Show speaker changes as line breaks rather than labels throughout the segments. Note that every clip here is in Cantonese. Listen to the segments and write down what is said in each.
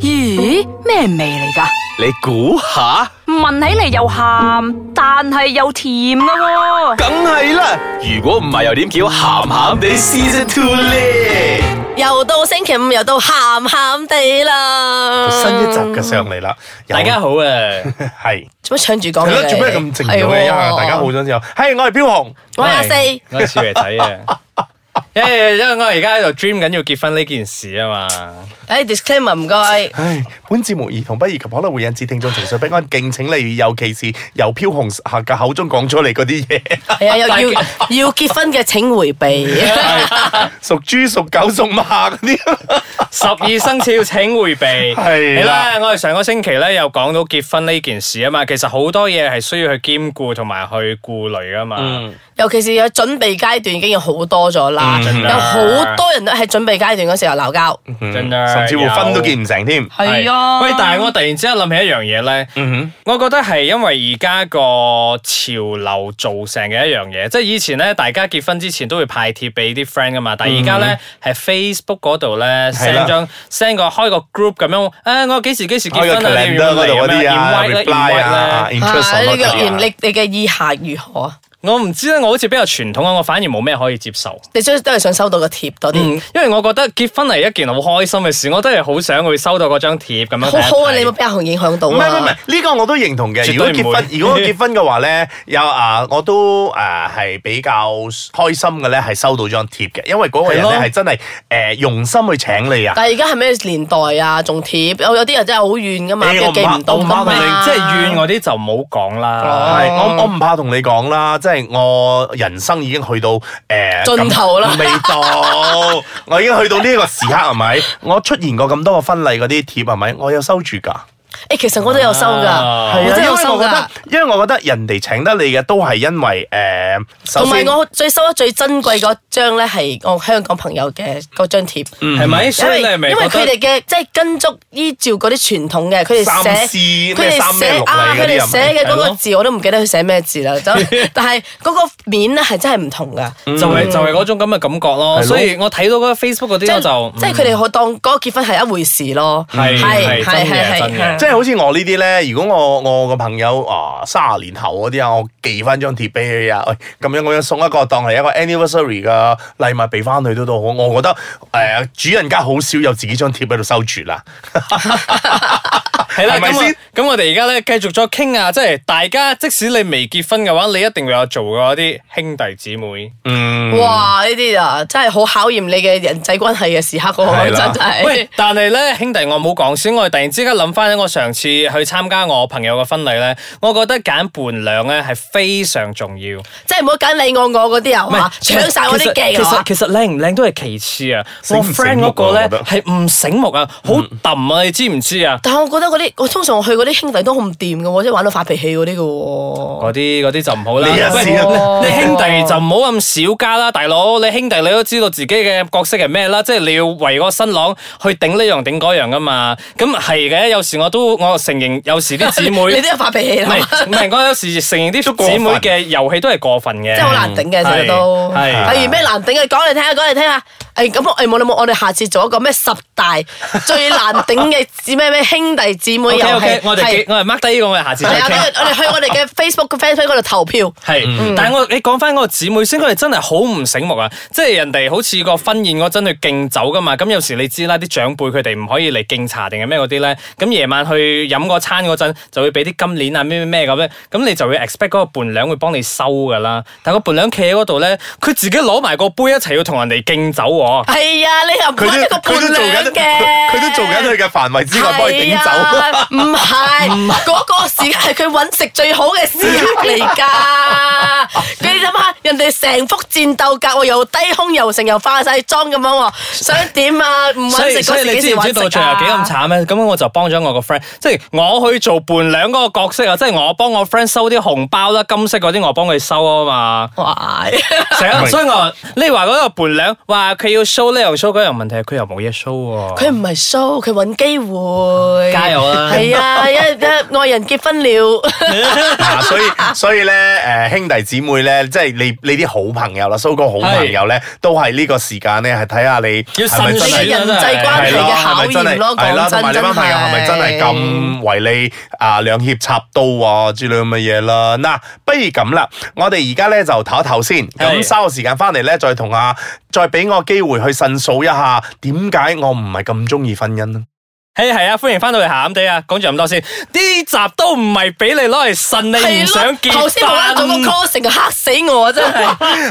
咦，咩味嚟噶？
你估下，
聞起嚟又鹹，但係又甜噶喎、
梗係啦。如果唔係，又點叫鹹鹹地 Season Two 咧？
又到星期五，又到鹹鹹地啦。
新一集嘅上嚟啦，
嗯大家好啊！
係
做乜搶住
係
講
咯，
嘅？
做咩咁
哎
靜咗
係喎
嘅？因為大家好咗之後，係我係標紅，
我係阿四，
喂我係少 爺仔啊！因為因為我而家喺度 dream 緊要結婚呢件事啊嘛，
誒哎 disclaimer 唔 該。
唉，本節目兒童不宜及可能會引致聽眾情緒不安，敬請你尤其是由飄紅下嘅口中講出嚟嗰啲嘢，
係啊，又要要結婚嘅請迴避。
屬豬、屬狗、屬馬嗰啲，
十二生肖請迴避。
係啦
係我哋上個星期咧又講到結婚呢件事啊嘛，其實好多嘢係需要去兼顧同埋去顧慮噶嘛。
尤其是有準備階段已經有好多咗啦，
嗯
真㗎
有好多人都喺準備階段嗰時候鬧交。
真係
甚至乎婚都結唔成添。
係啊，
喂，但係我突然之間諗起一樣嘢咧，
嗯
我覺得係因為而家個潮流造成嘅一樣嘢，即係以前咧大家結婚之前都會派帖俾啲 friend 噶嘛，但
嗯
係而家咧係 Facebook 嗰度咧 send 張 send 個開個 group 咁樣，誒我幾時幾時結
開個
婚啊？你要
calendar 嗰度
嚟
嗰啲啊
invite 咧
，reply
invite
啊
咧，
，interest
啊呢
嗰
個
啲啊
你你嘅意下如何啊？
我唔知咧，我好似比較傳統啊，我反而冇咩可以接受。
你都都係想收到個貼多啲，
嗯，因為我覺得結婚係一件好開心嘅事，我都係好想會收到嗰張貼咁樣。
好好啊！你冇俾阿紅影響到
唔係唔係唔係
啊？，
呢個我都認同嘅。
絕
如果結
對唔會
婚，如果我結婚嘅話 咧，有啊，我都誒係比較開心嘅咧，係收到張貼嘅，因為嗰個人咧
係咯
係真係誒用心去請你啊。
但係而家係咩年代啊？仲貼有有啲人真係好遠噶嘛，
誒我唔
記唔到噶
我唔啱
嘛
啊
即係怨我啲就唔好講啦。
哦
係，我我唔怕同你講啦，即係我人生已經去到誒呃
盡頭啦
咁未 到，我已經去到呢個時刻係咪？我出現過咁多個婚禮嗰啲貼係咪？我有收住㗎。
誒，其實我都有收噶，
啊
我真係
因為
有
我
收
覺
噶
得。，因為我覺得人哋請得你嘅都係因為誒，首
同埋
先
我最收得最珍貴嗰張咧，係我香港朋友嘅嗰張貼，
係咪？
因
嗯所
為
以你係咪
因為
覺
佢
得
哋嘅即係跟足依照嗰啲傳統嘅，佢哋
三思
寫佢
咩三
哋
咩
寫
六
啊，
嚟嗰
佢
啲
哋
係咪
寫嘅嗰
係
個
咯
字我都唔記得佢寫咩字啦。就但係嗰個面咧係真係唔同噶，
就係就係嗰種咁嘅感覺嗯咯。所以我睇到嗰個 Facebook 嗰
即
啲我
係
就嗯
即係佢哋可當嗰個結婚係一回事咯，
係係真嘅真 嘅
即係好似我呢啲咧，如果我我個朋友啊卅年後嗰啲啊，我寄翻張貼俾佢啊，喂、咁樣我樣送一個當係一個 anniversary 嘅禮物俾翻佢都都好，我覺得誒、呃主人家好少有自己張貼喺度收住啦，
係啦。
係咪
咁
先
我咁我哋而家咧繼續再傾啊！即係大家即使你未結婚嘅話，你一定會有做嗰啲兄弟姊妹。嗯
哇！呢啲啊真係好考驗你嘅人際關係嘅時刻喎，
係啦
真係
喂。，但係咧兄弟，我冇講先，我突然之間諗翻起我上次去參加我朋友嘅婚禮咧，我覺得揀伴娘咧係非常重要。
即係唔好揀你我我嗰啲啊，
唔係
哇搶晒我啲
其
技啊
實！其實靚唔靚都係其次啊！
醒
我
唔醒目啊
friend 嗰個
我
咧
覺得
係唔醒目啊，好揼啊！你知唔知啊？
但係我覺得嗰啲，我通常去嗰啲兄弟都好唔掂嘅喎，即係玩到發脾氣嗰啲嘅喎。
嗰啲嗰啲就唔好啦。
哦你又
喂
試
啊
你兄弟就唔好咁少家啦，大佬。你兄弟你都知道自己嘅角色係咩啦，即係你要為個新郎去頂呢樣頂嗰樣噶嘛。咁係嘅，有時我都我承認，有時啲姊妹
你都有發脾氣
唔
啦，
係唔係，我有時承認啲姊妹嘅遊戲都係過分嘅，
真係好難頂嘅，成日都。
係係
例如咩難頂嘅，講嚟聽下，講嚟聽下。誒咁，誒冇啦冇，我哋下次做一個咩十大最難頂嘅姊咩咩兄弟姊妹
OK
遊
OK，
戲。
我哋記
係
我哋 mark 低呢個，我哋下次
係
再
啊，跟
傾。
住我哋去我哋嘅 Facebook 嘅 fans page 嗰度投票。
係，但係我你講翻嗰個姊妹先，佢哋真係好唔醒目啊！即係人哋好似個婚宴嗰陣去敬酒噶嘛，咁有時你知啦，啲長輩佢哋唔可以嚟敬茶定係咩嗰啲咧，咁夜晚去飲個餐嗰陣就會俾啲金鏈啊咩咩咩咁咧，咁你就會 expect 嗰個伴娘會幫你收噶啦，但係個伴娘企喺嗰度咧，佢自己攞埋個杯一齊要同人哋敬酒喎。
係啊，你又唔
佢
關一
都
個伴
佢都做
娘
緊，
嘅，
佢都做緊啊佢嘅範圍之外幫佢頂
係
走。
啊唔係，嗰個時刻係佢揾食最好嘅時刻嚟㗎。佢你諗下，人哋成幅戰鬥格喎，又低胸又成又化晒妝咁樣喎，想點啊？唔
所
揾
以
食
所
嗰
以你
時幾
知
時
唔知道
揾食
最後幾咁
啊？
慘咧？咁我就幫咗我個 friend，即係我去做伴娘嗰個角色啊，即係我幫我 friend 收啲紅包啦、金色嗰啲，我幫佢收啊嘛。
哇！
成日，所以我話你話嗰個伴娘話佢要要 show 呢樣 show 嗰樣問題，佢又冇嘢 show 喎。
佢唔係 show，佢揾機會。
加油啦
係啊，一一愛人結婚了，
嗱，啊所以所以咧，诶、兄弟姊妹咧，即係你你啲好朋友啦，蘇哥好朋友咧，都係呢個時間咧，係睇下你
要
係咪
慎
真
選
係
啊
你嘅人際關係
係
嘅
係
考
咪真係
驗咯。
係啦，
講
同
真
埋你
真
班朋友係咪真係咁為你啊兩肋插刀啊之類咁嘅嘢啦？嗱，不如咁啦，我哋而家咧就唞一唞先，咁
係
稍後時間翻嚟咧，再同啊，再俾我機會去申訴一下，點解我唔係咁中意婚姻呢
嘿，係啊，歡迎翻到嚟鹹鹹地啊！講住咁多先，呢集都唔係俾你攞嚟呻你唔
係
想
咯，
結
頭先冇啦啦做個
婚。
call，成日嚇死我真係。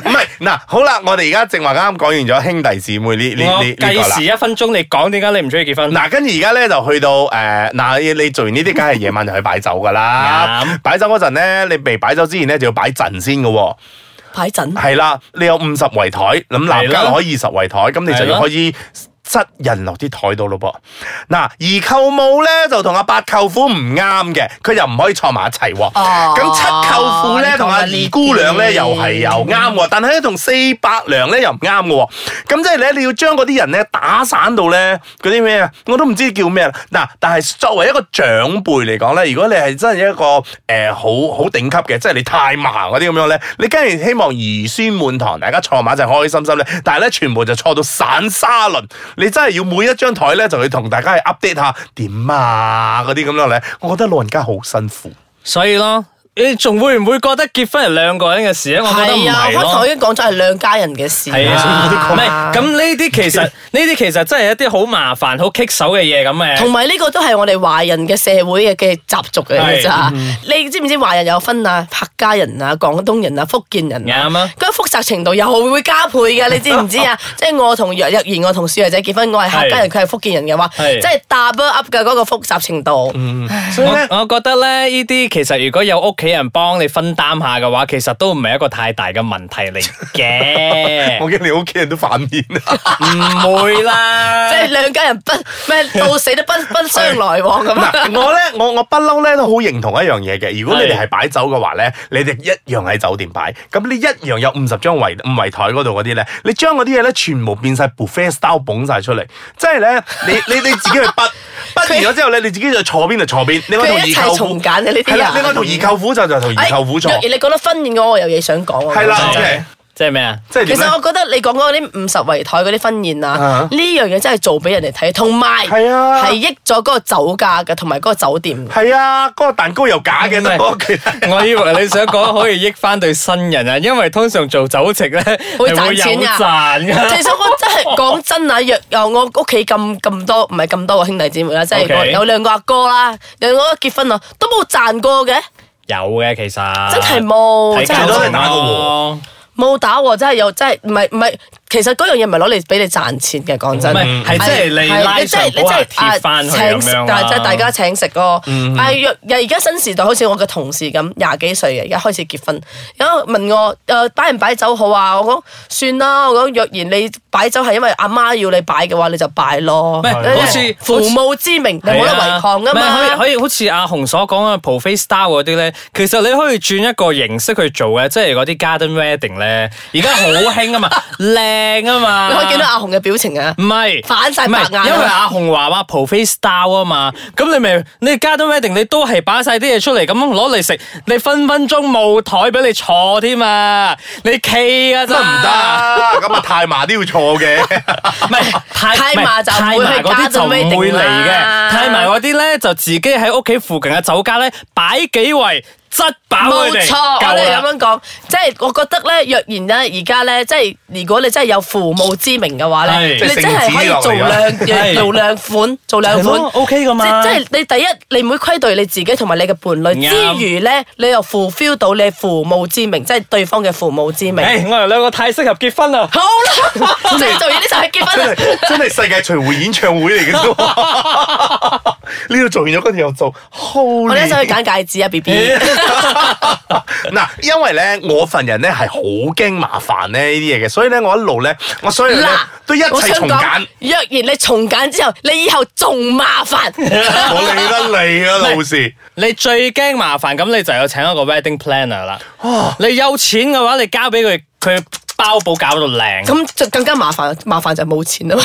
唔係嗱，好啦，我哋而家正話啱啱講完咗兄弟姊妹呢呢
我
呢呢個
計
啦
時。一分鐘，你講點解你唔中意結 婚？
嗱，跟住而家咧就去到誒，呃嗱、你你做完呢啲，梗係夜晚就去擺酒噶啦。
啱
擺酒嗰陣咧，你未擺酒之前咧，就要擺陣先嘅喎。
擺陣，
係啦，你有五十圍台，咁男家就可以二十圍台，咁你就
係
要
咯
可以塞人落啲台度咯噃。嗱，二舅母咧就同阿八舅父唔啱嘅，佢又唔可以坐埋一齊喎。
哦
咁七舅父咧
你
同阿
講緊呢
二姑娘咧
啲
又係又啱喎，但係咧同四伯娘咧又唔啱嘅喎。咁即係咧，你要將嗰啲人咧打散到咧嗰啲咩啊，我都唔知叫咩啦。嗱，但係作為一個長輩嚟講咧，如果你係真係一個誒、呃好好頂級嘅，即係你太嫲嗰啲咁樣咧，你梗係希望兒孫滿堂，大家坐埋一齊開開心心咧。但係咧，全部就坐到散沙輪，你真係要每一張台咧就去同大家去 update 下點啊嗰啲咁樣咧。我覺得老人家好辛苦。
所以咯，你仲會唔會覺得結婚係兩個人嘅事咧？我覺得唔
係啊，
係
開頭我
咯
已。經講咗係兩家人嘅事
係
啦
啊，唔係咁呢啲其實呢啲其實真係一啲好麻煩、好棘手嘅嘢咁
同
嘅。
埋呢個都係我哋華人嘅社會嘅嘅習俗嚟嘅
係
咋。你知唔知華人有分啊客家人啊、廣東人啊、福建人啊？
啱啊！
嗰個複雜程度又會加倍嘅，你知唔知 啊？即係我同若若然，我同小女仔結婚，我係客家人，
係
佢係福建人嘅話，
係
即係 double up 嘅嗰個複雜程度。
所以咧。
我我覺得咧，呢啲其實如果有屋企人幫你分擔下嘅話，其實都唔係一個太大嘅問題嚟嘅，
我驚你屋企人都反面啊！
唔會啦。
即係兩家人不咩到死都不不相來往咁啊！
嗱，我咧我我不嬲咧都好認同一樣嘢嘅。如果你哋
係
係擺酒嘅話咧，你哋一樣喺酒店擺，咁你一樣有五十張圍五圍台嗰度嗰啲咧，你將嗰啲嘢咧全部變晒 buffet style 捧晒出嚟，即係咧你你你自己去 筆筆完咗之後咧，你自己就坐邊就坐邊，你可以同
佢一
二
齊
舅父
重揀嘅呢啲
係啦，你可以
人。
同二舅父就就同二
哎
舅父坐，
若然你講到婚宴嘅話，我有嘢想講啊。
係啦
講真
，OK，
即係咩啊？
即係
其
點咧
實？我覺得你講嗰啲五十圍台嗰啲婚宴啊
啊，
呢樣嘢真係做俾人哋睇，同埋
係啊
係益咗嗰個酒價嘅，同埋嗰個酒 店。
係啊，嗰個蛋糕又假 嘅
係
都 OK。
我以為你想講可以益翻對新人啊，因為通常做酒席咧
會
係
賺
有
錢㗎
賺㗎
其實我真係講真啊，若又我屋企咁咁多，唔係咁多個兄弟姊妹啦，即
OK
係有兩個阿哥啦，兩個結婚啊，都冇賺過嘅，
有嘅，其實
真係冇，
睇
真係
緊
都係
都
打
打
個
個
和
和。
冇打喎，真係又真係唔係唔係，其實嗰樣嘢唔係攞嚟俾你賺錢嘅，講真
唔。係係即係你拉上補下貼翻去咁樣
啊
啊嗯
但係即係
啦
大家請食咯。但係若而家新時代，好似我嘅同事咁，廿幾歲嘅，而家開始結婚，有問我誒擺唔擺酒好啊？我講算啦，我講若然你擺酒係因為阿媽要你擺嘅話，你就擺咯。
係
因為
好似
父母之命，你冇得違抗噶
係啊啊唔係
嘛
可以。可以好似阿紅所講啊 p r o f e star 嗰啲咧，其實你可以轉一個形式去做嘅，即係嗰啲 garden wedding 咧，而家好興 啊嘛，靚啊嘛，
你可以見到阿紅嘅表情啊
唔，係
反晒白眼啊
唔係因為阿紅話話 p r o f e star 啊嘛，咁你咪你 garden wedding 你都係擺晒啲嘢出嚟咁攞嚟食，你分分鐘冇台俾你坐添啊，你企啊
得
真
唔得啊？咁啊，太嫲都要坐嘅。
唔係太
太嫲就唔會去
太嫲嗰啲就唔會嚟
家
嘅
陣啦，
太嫲嗰啲咧就自己喺屋企附近嘅酒家咧擺幾圍，執飽
冇
佢哋，
錯，我
夠
哋
啦
咁。樣講，即係我覺得咧，若然咧而家咧，即係如果你真係有父母之名嘅話咧，
係
你真係可以做兩
即係聖旨落嚟㗎
樣做兩款，做兩
係
款
咯，OK 㗎嘛
即即係你第一，你唔會虧對你自己同埋你嘅伴侶
啱
之餘咧，你又 fulfill 到你父母之名，即係對方嘅父母之名。
誒，我哋兩個太適合結婚啦！
好 啦，即係做完呢就係結婚
真
啦。
係 真係世界巡迴演唱會嚟嘅啫喎，呢度做完咗，跟住又做，好我
我哋一陣去揀戒指啊，B
哎
B。
嗱，因為咧我份人咧係好驚麻煩咧呢啲嘢嘅，所以咧我一路咧，我所以咧
嗱，
都一
我
切
想
重
講
揀，，
若然你重揀之後，你以後仲麻 煩。
我理得你啊，老士。
你最驚哦麻煩，咁你就要請一個 wedding planner 啦。你有錢嘅話，你交俾佢，佢包保搞到靚。
咁就更加麻煩，麻煩就係冇錢啊嘛。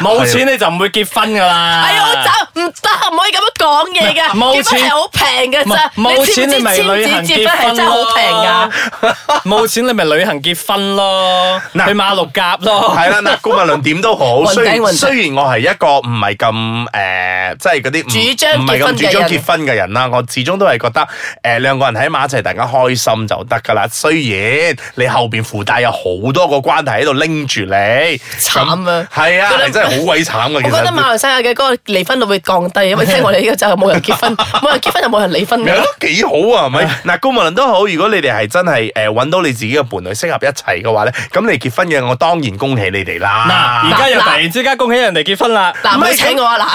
冇錢你就唔會結婚噶啦。
哎呀，我走唔得，唔可以咁樣講嘢嘅。
啊
結
冇
婚
錢
係好平嘅咋，
唔係冇
知唔
錢
知
你咪
簽
旅行
紙結
結
婚係
婚
真係好平
咯
㗎。，
冇錢你咪旅行結婚咯，
嗱
去馬六甲咯。
係啦，嗱，姑勿論點 都好，
雲頂
雖然
哦雲頂
雖然我係一個唔係咁誒，即係嗰啲唔
主張
唔
結
係咁
婚嘅
主張
人
結婚嘅人啦，我始終都係覺得誒兩個人喺埋一齊，大家開心就得㗎啦。雖然你後邊附帶有好多個關係喺度拎住你，
慘啊
咁係啊
覺，得
你真係好鬼慘嘅。
我覺
其
得馬
實
來西亞嘅嗰個離婚率會降低，因為聽我哋呢個就係冇人結 婚，冇人結婚就冇人離婚
咪
㗎
咯。幾好啊，係咪？嗱，姑勿論都好，如果你哋係真係誒揾到你自己嘅伴侶適合一齊嘅話咧，咁你結婚嘅，我當然恭喜你哋啦。
嗱，而家又突然之間恭喜人哋結婚啦。
嗱，唔
唔係
好請我啊！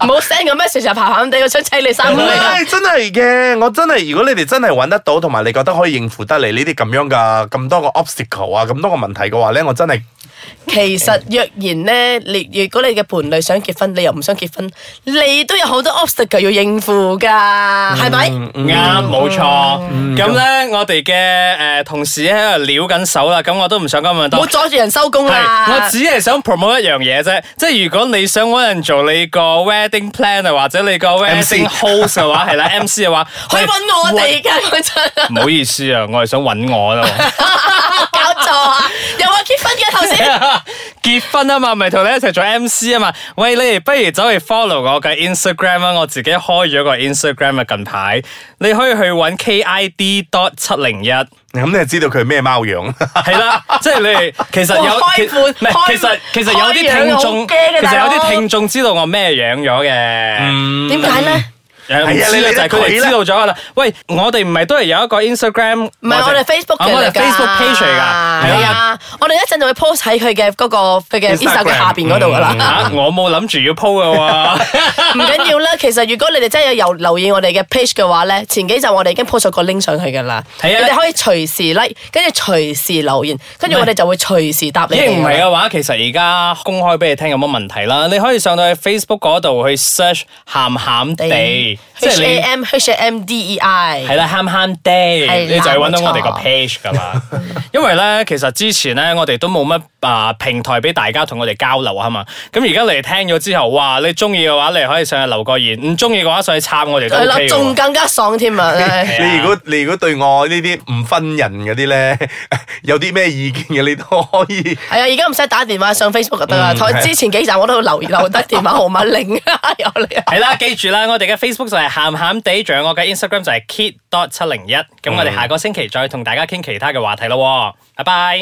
嗱，唔好 send 個 message 就爬行地，我想請你三妹啊！
唉，真係嘅，我真係，如果你哋真係揾得到，同埋你覺得可以應付得嚟呢啲咁樣噶咁多個 obstacle 啊，咁多個問題嘅話咧，我真係
其實若然咧，你如果你嘅伴侶想結婚，你又唔想結婚，你都有好多 obstacle 要應付㗎，係咪？
啱，冇錯。嗯咁咧，我哋嘅诶同事喺度撩緊手啦，咁我都唔想咁樣
唔好
多。
阻住人收工啦！
係我只係想 promote 一樣嘢啫，即係如果你想揾人做你個 wedding planner 或者你個 wedding host 嘅話，係啦 MC 嘅 話，
可以揾我哋㗎，講真，
唔好意思啊，我係想揾我啦。
搞錯啊！又話結婚嘅頭先，
結婚啊嘛，咪同你一齊做 MC 啊嘛。喂，你哋不如走去 follow 我嘅 Instagram 啊，我自己開咗個 Instagram 啊，近排你可以去揾 KID dot 七零一。
咁你就知道佢係咩貓樣。啊
係啊啦， 即係你哋其實有
哇開
其
盤
唔係
開
其實其實有啲
開樣
聽
好
眾，
驚嘅
其實
大
有
佬
啲聽眾知道我咩樣咗嘅。
點解咧？
誒唔嗯
係
知
啊
啦，
你
就係佢
你
哋
睇啦
知道咗啦。喂，我哋唔係都係有一個 Instagram，
唔係我哋 Facebook
啊
嘅
我哋
嚟㗎
Facebook page 嚟㗎，
係啊！我哋一陣就會 post 喺佢嘅嗰個佢嘅
Instagram
Instagram 下邊嗰度㗎啦。
啊我冇諗住要 po 嘅喎。
唔緊要啦，其實如果你哋真係有留意我哋嘅 page 嘅話咧，前幾集我哋已經 post 咗個 link 上去㗎啦。
係啊
你哋可以隨時 like，跟住隨時留言，跟住我哋就會隨時答你
如
哋㗎啦。
果唔係嘅話，其實而家公開俾你聽有乜問題啦？你可以上到去 Facebook 嗰度去 search 鹹鹹地，即係
H A
你
M H A M D E I
係啦，慳慳地，
係啦
你就係揾到我哋個
冇錯
page 噶啦。 因為咧，其實之前咧，我哋都冇乜啊平台俾大家同我哋交流啊嘛。咁而家你哋聽咗之後，哇！你中意嘅話，你可以上去留個言；唔中意嘅話，上去插我哋都
係啦
OK，嘅
仲
喎。
更加爽添啊！唉
係啊
你如果你如果對我呢啲唔分人嗰啲咧， 有啲咩意見嘅，你都可以。
係啊，而家唔使打電話上 Facebook 就得啦。同埋之前幾集我都留留低電話號碼零有你啊。
係啦，記住啦，我哋嘅 Facebook 就係鹹鹹地，仲有我嘅 Instagram 就係 kid dot 七零一。咁我哋下個星期再同大家傾其他嘅話題咯喎，拜拜。